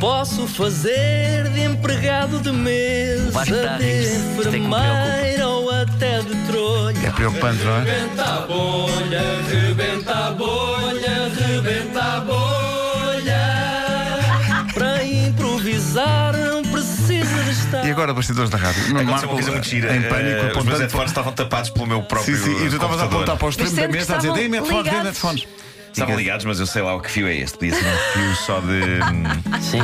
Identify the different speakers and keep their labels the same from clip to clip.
Speaker 1: Posso fazer de empregado de mesa,
Speaker 2: Vasco está a
Speaker 1: de
Speaker 2: rir-se. Isto é que me
Speaker 1: enfermeira
Speaker 2: preocupa.
Speaker 1: ou até de
Speaker 3: É
Speaker 1: trolha.
Speaker 3: preocupante, não é?
Speaker 1: Rebenta a bolha, rebenta a bolha, rebenta a bolha. Para improvisar não precisa de estar.
Speaker 3: E agora, bastidores da rádio. Não
Speaker 4: É, Aconteceu uma coisa muito gira.
Speaker 3: em
Speaker 4: Eh,
Speaker 3: pânico,
Speaker 4: os meus
Speaker 3: apontando
Speaker 4: headphones estavam tapados pelo meu próprio.
Speaker 3: Sim, sim, e tu estavas a
Speaker 4: computador.
Speaker 3: apontar para o extremo
Speaker 5: Mas
Speaker 3: da
Speaker 5: sendo que
Speaker 3: mesa a dizer:
Speaker 5: estavam
Speaker 3: dê-me headphones, dê-me
Speaker 5: ligados.
Speaker 3: headphones.
Speaker 4: Estavam ligados, mas eu sei lá o que fio é este. Podia ser um fio só de.
Speaker 2: Sim.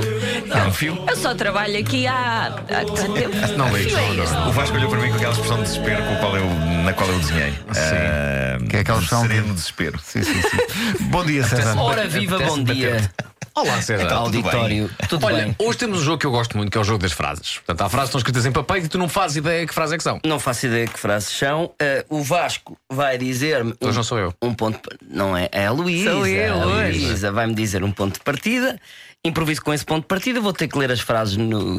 Speaker 4: É um fio.
Speaker 5: Eu só trabalho aqui há. há quanto tempo?
Speaker 3: Não
Speaker 5: Que
Speaker 3: lixo,
Speaker 5: fio é
Speaker 3: não, não,
Speaker 5: este?
Speaker 4: O Vasco olhou para mim com aquela expressão de desespero com a qual eu, na qual eu desenhei. Ah,
Speaker 3: Que é aquela expressão de-
Speaker 4: Sereno desespero.
Speaker 3: Sim, sim, sim. Bom dia, César.
Speaker 2: Ora viva, bom dia,
Speaker 6: Olá, César.
Speaker 4: Então, tudo
Speaker 2: auditório. Tudo
Speaker 6: Olha,
Speaker 2: bem?
Speaker 6: hoje temos um jogo que eu gosto muito, que é o jogo das frases. Portanto, há frases que estão escritas em papel e tu não fazes ideia que frase é que são.
Speaker 2: Não faço ideia que frases são. Ah, o Vasco vai dizer-me.
Speaker 6: Hoje não sou eu.
Speaker 2: Um ponto. pa- Não é? É a Luísa.
Speaker 5: Sou eu
Speaker 2: A
Speaker 5: hoje.
Speaker 2: Luísa vai-me dizer um ponto de partida. Improviso com esse ponto de partida. Vou ter que ler as frases no,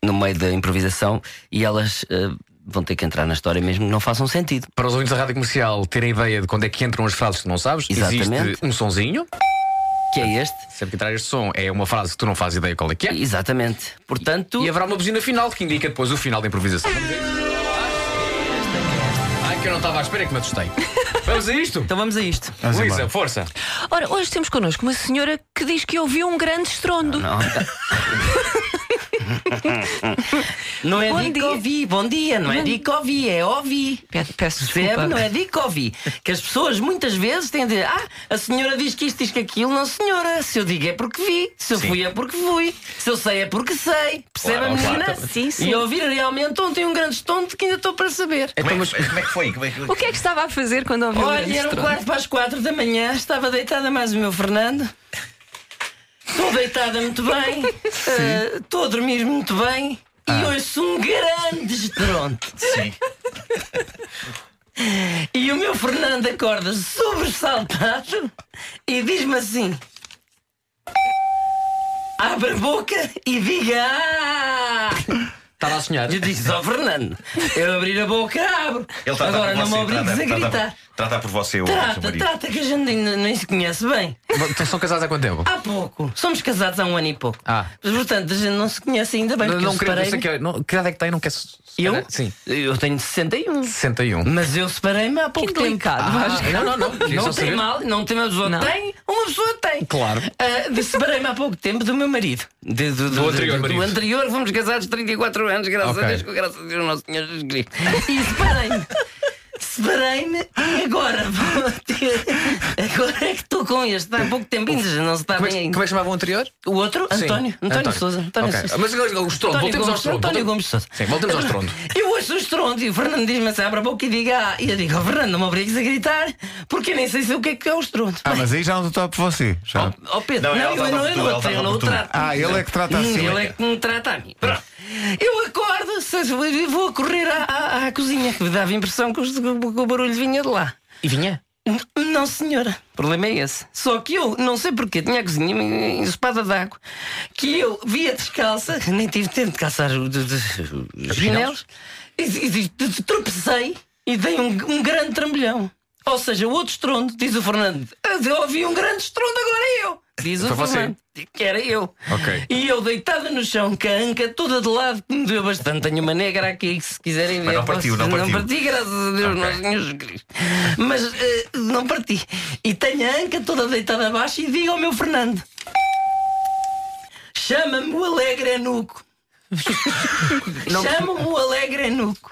Speaker 2: no meio da improvisação e elas ah, vão ter que entrar na história mesmo. que Não façam sentido.
Speaker 6: Para os ouvintes da rádio comercial terem ideia de quando é que entram as frases que tu não sabes,
Speaker 2: Exatamente.
Speaker 6: existe um sonzinho.
Speaker 2: Que é este?
Speaker 6: Sempre que entrar este som é uma frase que tu não fazes ideia qual é que é.
Speaker 2: Exatamente. Portanto.
Speaker 6: E haverá uma buzina final que indica depois o final da improvisação. Ai, que eu não estava à espera é que me assustei. Vamos a isto?
Speaker 2: Então vamos a isto.
Speaker 3: Vamos
Speaker 6: Luísa,
Speaker 3: embora.
Speaker 6: força.
Speaker 5: Ora, hoje temos connosco uma senhora que diz que ouviu um grande estrondo.
Speaker 2: Não. Não é
Speaker 5: Bom
Speaker 2: de que
Speaker 5: dia.
Speaker 2: ouvi, bom dia, não é de que ouvi, é ouvi.
Speaker 5: Pe- Peço
Speaker 2: Percebe? Não
Speaker 5: desculpa.
Speaker 2: é de que ouvi. Que as pessoas muitas vezes têm de dizer: Ah, a senhora diz que isto, diz que aquilo. Não, senhora. Se eu digo é porque vi. Se eu fui é porque fui. Se eu sei é porque sei. Percebe
Speaker 4: Claro,
Speaker 2: a menina?
Speaker 4: claro.
Speaker 5: Sim, sim.
Speaker 2: E ouvir realmente ontem um grande estonto que ainda estou para saber.
Speaker 4: Como é, que- como é que foi? Como é que-
Speaker 5: O que é que estava a fazer quando ouviu um grande
Speaker 2: Olha, era um
Speaker 5: estrondo?
Speaker 2: quarto para as quatro da manhã, estava deitada mais o meu Fernando. Estou deitada muito bem, eh, estou a dormir muito bem e ouço um grande estrondo.
Speaker 4: Sim.
Speaker 2: E o meu Fernando acorda sobressaltado e diz-me assim: abre a boca e diga ah!
Speaker 6: Estava a sonhar.
Speaker 2: Eu disse ao Fernando: eu abrir a boca, abro.
Speaker 4: Ele trata
Speaker 2: Agora
Speaker 4: por
Speaker 2: não me
Speaker 4: você,
Speaker 2: obrigues a
Speaker 4: trata- trata-
Speaker 2: gritar.
Speaker 4: Trata por você o seu
Speaker 2: Trata,
Speaker 4: marido.
Speaker 2: trata, que a gente ainda nem se conhece bem.
Speaker 6: Então, São casados há quanto tempo?
Speaker 2: Há pouco. Somos casados há um ano e pouco.
Speaker 6: Ah.
Speaker 2: Mas, Portanto, a gente não se conhece ainda bem.
Speaker 6: não
Speaker 2: porque
Speaker 6: não
Speaker 2: eu
Speaker 6: queria
Speaker 2: separei.
Speaker 6: dizer que é- não, que idade é que tem, não quer. se- se
Speaker 2: Eu?
Speaker 6: calhar- Sim.
Speaker 2: Eu tenho 61.
Speaker 6: 61.
Speaker 2: Mas eu separei-me há pouco
Speaker 5: Que
Speaker 2: tempo.
Speaker 5: delicado, Vasco.
Speaker 6: não, não, não. Ah, Queria
Speaker 2: Ah, Não
Speaker 6: só
Speaker 2: tem
Speaker 6: saber.
Speaker 2: mal, não tem uma pessoa
Speaker 5: Não.
Speaker 2: que tem, uma pessoa tem.
Speaker 6: Claro.
Speaker 2: Ah, de- separei-me há pouco tempo do meu marido. De- de- do,
Speaker 6: anterior
Speaker 2: do- do
Speaker 6: marido.
Speaker 2: anterior, fomos casados 34 anos, graças
Speaker 6: Ok.
Speaker 2: a Deus, com graças a Deus, nosso Senhor Jesus Cristo. E separei-me. Separei-me e agora vou ter. Agora é que estou com este. Há pouco tempo ainda, já não se está
Speaker 6: Como é,
Speaker 2: bem
Speaker 6: que-
Speaker 2: ainda.
Speaker 6: como é que chamava o anterior?
Speaker 2: O outro?
Speaker 6: Sim.
Speaker 2: António. António, Souza. António
Speaker 6: Ok.
Speaker 2: Souza.
Speaker 6: Mas agora o estrondo,
Speaker 2: António
Speaker 6: voltemos ao
Speaker 2: Gomes,
Speaker 6: estrondo.
Speaker 2: António
Speaker 6: voltemos-
Speaker 2: Gomes Souza.
Speaker 6: Sim, voltemos ao estrondo.
Speaker 2: Eu ouço o estrondo e o Fernando diz-me assim, abre a boca e diga ah. E eu digo, oh, Fernando, não me obrigues a gritar porque eu nem sei se o que é que é o estrondo.
Speaker 3: Ah, mas aí já não estou por você. Já.
Speaker 2: Oh Pedro,
Speaker 4: Não,
Speaker 2: não,
Speaker 4: ela
Speaker 2: eu
Speaker 4: dava
Speaker 2: não,
Speaker 4: por
Speaker 2: eu
Speaker 4: tudo,
Speaker 2: não
Speaker 4: ela
Speaker 2: trato, eu
Speaker 4: dava
Speaker 2: não
Speaker 4: por tudo.
Speaker 2: trato.
Speaker 3: Ah, ele é que trata assim.
Speaker 2: Ele é que me trata a mim. Pronto. Eu acordo, se- eu vou correr à, à- à cozinha, que me dava a impressão que o, que o barulho vinha de lá.
Speaker 6: E vinha?
Speaker 2: N- Não, senhora. O problema é esse. Só que eu, não sei porquê, tinha a cozinha em- ensopada de água, que eu via descalça, nem tive tempo de calçar os, os- os chinelos, e, e- e tropecei e dei um, um grande trambolhão. Ou seja, o outro estrondo, diz o Fernando, "Ah, eu ouvi um grande estrondo, agora eu. Diz o
Speaker 6: Foi você.
Speaker 2: Fernando, que era eu.
Speaker 6: Ok.
Speaker 2: E eu deitada no chão, com a anca toda de lado, que me doeu bastante. Tenho uma negra aqui, que se quiserem ver.
Speaker 4: Mas não partiu, não
Speaker 2: posso-
Speaker 4: partiu.
Speaker 2: parti, graças a Deus,
Speaker 4: Ok.
Speaker 2: nosso Senhor Jesus Cristo. Mas eh, não parti. E tenho a anca toda deitada abaixo e digo ao meu Fernando: Chama-me o Alegre Anuco. Chama-me o Alegre Anuco.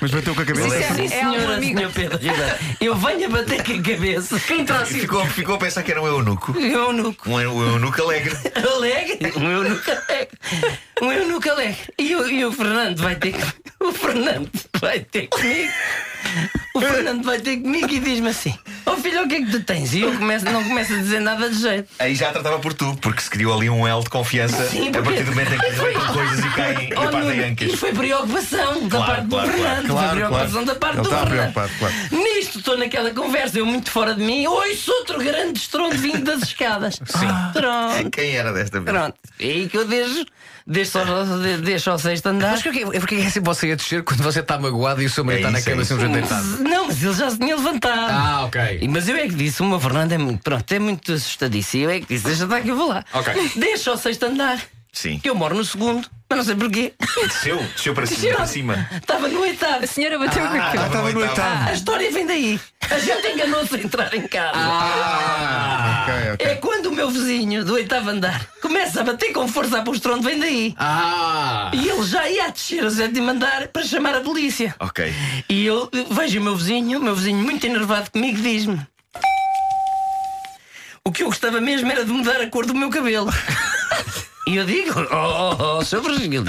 Speaker 3: Mas bateu com a cabeça.
Speaker 5: Sim,
Speaker 2: Sim,
Speaker 5: é um
Speaker 2: senhora,
Speaker 5: amigo.
Speaker 2: senhor Pedro Ribeiro. Eu venho a bater com a cabeça. Quem traz
Speaker 4: E ficou, ficou a pensar que era um eunuco.
Speaker 2: É o Anuco.
Speaker 4: Um eu- um eunuco alegre.
Speaker 2: Alegre? Um eunuco alegre. Um eunuco alegre. E o, e o Fernando vai ter que- O Fernando vai ter comigo. O Fernando vai ter comigo e diz-me assim: Ó filho, o que é que tu tens? E eu começo, não começo a dizer nada de jeito.
Speaker 4: Aí já tratava por tu, porque se criou ali um L de confiança
Speaker 2: Sim,
Speaker 4: a
Speaker 2: porque-
Speaker 4: partir do momento em que arrebentam coisas e caem e
Speaker 2: Ó,
Speaker 4: partem
Speaker 2: Oh, Nuno,
Speaker 4: ancas.
Speaker 2: Isso foi preocupação da
Speaker 4: Claro,
Speaker 2: parte do
Speaker 4: claro, claro.
Speaker 2: Fernando.
Speaker 3: Claro,
Speaker 2: foi preocupação
Speaker 3: claro.
Speaker 2: da parte
Speaker 3: Ele
Speaker 2: do
Speaker 3: estava
Speaker 2: Fernando.
Speaker 3: preocupado, claro.
Speaker 2: Nisto nisto, estou naquela conversa, eu muito fora de mim, ouço outro grande estrondo vindo das escadas. Sim. Pronto.
Speaker 4: Quem era desta vez?
Speaker 2: Pronto. É aí que eu deixo, deixo só, de- deixo ao sexto andar.
Speaker 6: Mas porquê, porquê é sempre você a descer quando você está magoado e o seu marido está
Speaker 4: É
Speaker 6: na
Speaker 4: isso, é
Speaker 6: cama
Speaker 4: isso.
Speaker 6: sempre já deitado?
Speaker 2: Não, mas ele já se tinha levantado.
Speaker 6: Ah, ok.
Speaker 2: E- Mas eu é que disse, uma Fernanda é muito, pronto, é muito assustadiça. E eu é que disse, deixa estar que eu vou lá.
Speaker 6: Ok.
Speaker 2: Deixa ao sexto andar,
Speaker 4: Sim.
Speaker 2: que eu moro no segundo, mas não sei porquê.
Speaker 4: Desceu, desceu para cima. Para cima.
Speaker 2: Estava no oitavo.
Speaker 5: A senhora bateu com
Speaker 3: Ah,
Speaker 5: aquilo.
Speaker 3: estava no oitavo.
Speaker 2: A história vem daí. A gente enganou-se a entrar em casa.
Speaker 3: Ok, ok.
Speaker 2: É quando o meu vizinho do oitavo andar começa a bater com força para o estrondo, vem daí.
Speaker 6: Ah!
Speaker 2: E ele já ia a descer ao sétimo andar para chamar a polícia.
Speaker 4: Ok.
Speaker 2: E eu eh, vejo o meu vizinho, o meu vizinho muito enervado comigo, diz-me. O que eu gostava mesmo era de mudar a cor do meu cabelo. E eu digo, oh, oh, oh seu Virgílio,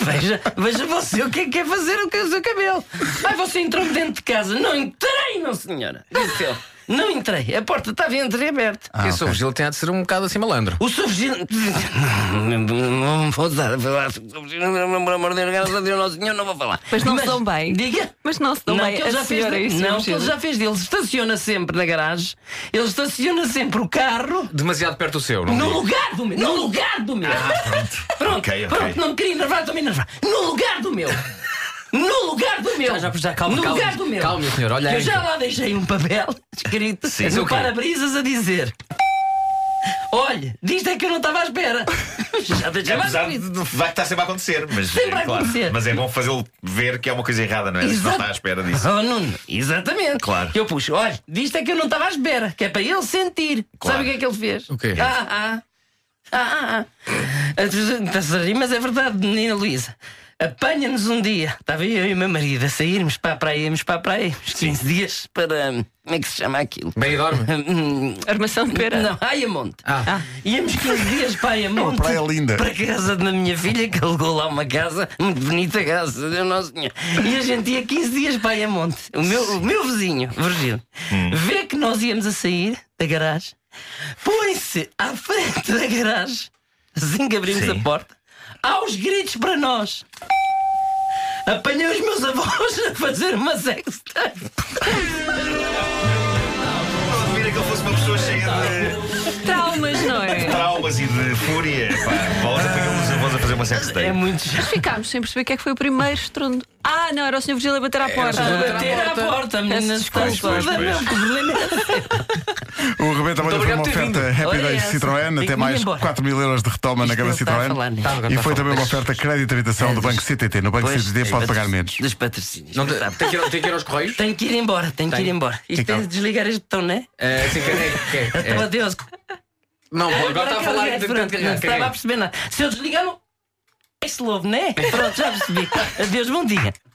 Speaker 2: veja, veja você o que é que quer fazer com o seu cabelo. Ai, você entrou dentro de casa. Não entrei, não senhora. Disse ele. Não entrei. A porta estava entreaberta.
Speaker 6: Porque eu sou Gil tem de ser um bocado assim malandro.
Speaker 2: O seu Virgílio... Não vou usar a falar. sobre O Virgílio, pelo amor de Deus, graças a Deus, não senhor, não vou falar.
Speaker 5: Mas não se dão bem.
Speaker 2: Diga
Speaker 5: Mas não se dão
Speaker 2: não,
Speaker 5: bem.
Speaker 2: que
Speaker 5: a
Speaker 2: ele já fez,
Speaker 5: senhora é e o senhor
Speaker 2: não, que ele
Speaker 5: Gil.
Speaker 2: já fez dele. Estaciona sempre na garagem, ele estaciona sempre o carro
Speaker 6: Demasiado perto do seu, não
Speaker 2: no
Speaker 6: digo.
Speaker 2: lugar do meu. No lugar do meu. pronto. Pronto,
Speaker 4: Ok, ok.
Speaker 2: pronto, não me queria enervar, estou-me a enervar. No lugar do meu. No lugar do meu.
Speaker 6: Já, já, já, calma,
Speaker 2: no
Speaker 6: calma.
Speaker 2: lugar do meu.
Speaker 6: Calma, minha senhora, olha
Speaker 2: Eu
Speaker 6: aí.
Speaker 2: já lá deixei um papel escrito
Speaker 6: mas
Speaker 2: no
Speaker 6: o quê?
Speaker 2: para-brisas a dizer. Olha, diz é que eu não estava à espera. já deixei mais
Speaker 4: Apesar
Speaker 2: escrito.
Speaker 4: de- vai estar sempre a acontecer, mas,
Speaker 2: Sempre a
Speaker 4: claro,
Speaker 2: acontecer.
Speaker 4: mas é bom fazê-lo ver que há uma coisa errada, não é? Se Não
Speaker 2: Exato.
Speaker 4: está à espera disso.
Speaker 2: Oh, Nuno, exatamente.
Speaker 4: Claro.
Speaker 2: Eu puxo, olha, disto é que eu não estava à espera, que é para ele sentir.
Speaker 4: Claro.
Speaker 2: Sabe o que é que ele fez?
Speaker 6: O quê?
Speaker 2: Ah, ah. Ah, ah, ah. Estás a rir, mas é verdade, menina Luísa. Apanha-nos um dia, estava eu e o meu marido a sairmos para a praia, íamos para a praia, uns 15 dias para. hum, Como é que se chama aquilo?
Speaker 6: Bem dorme.
Speaker 2: Hum,
Speaker 5: Armação de pera.
Speaker 2: Não, Ayamonte.
Speaker 6: Ah.
Speaker 2: Íamos 15 dias para Ayamonte.
Speaker 3: Uma praia linda.
Speaker 2: Para casa da minha filha, que alugou lá uma casa, muito bonita casa, Deus Nosso Senhor. E a gente ia 15 dias para Ayamonte. O meu, o meu vizinho, Virgílio, vê que nós íamos a sair da garagem, põe-se à frente da garagem, assim que abrimos
Speaker 4: Sim.
Speaker 2: a porta, aos gritos para nós. Apanhei os meus avós a fazer uma sexta.
Speaker 4: Pode vir que ele fosse uma pessoa cheia de
Speaker 5: Traumas, não é?
Speaker 4: traumas e de fúria. Pá, vós apanhamos os avós a fazer uma sextape.
Speaker 2: É muito chato.
Speaker 5: Ficámos sem perceber o que é que foi o primeiro estrondo. Ah, não, era o senhor Virgílio a bater à porta.
Speaker 2: A bater à porta, meninas.
Speaker 5: Desculpa.
Speaker 4: Pois, pois, pois.
Speaker 2: Não, problema é
Speaker 3: O Rebenta Molha foi
Speaker 6: obrigado
Speaker 3: uma
Speaker 6: por ter
Speaker 3: oferta Happy
Speaker 2: Olha
Speaker 3: Days
Speaker 2: essa.
Speaker 3: Citroën,
Speaker 2: Tem que
Speaker 3: até
Speaker 2: ir
Speaker 3: mais
Speaker 2: embora.
Speaker 3: 4 mil euros de retoma na
Speaker 2: Isto
Speaker 3: gama
Speaker 2: não está a falar
Speaker 3: Citroën. é
Speaker 2: nisso. Tá,
Speaker 6: agora
Speaker 3: E
Speaker 6: está a
Speaker 3: foi
Speaker 6: falar.
Speaker 3: também uma oferta crédito habitação do Banco CTT. No Banco CTT
Speaker 6: é,
Speaker 3: pode pagar menos.
Speaker 2: é Dos patrocínios.
Speaker 6: Não te- tem, que ir, tem que ir aos correios?
Speaker 2: Tenho que ir embora, tenho que ir embora. Isto
Speaker 3: Fica.
Speaker 2: tem de desligar este botão, não é?
Speaker 6: É, sim, que é, que é, é.
Speaker 2: Então, adeus.
Speaker 6: Não, agora está a falar
Speaker 2: Carreguei,
Speaker 6: de
Speaker 2: pronto, Não é estava né? a perceber nada. Se eu desligar, não. Este lobo, não é? Pronto, já percebi. Adeus, bom dia.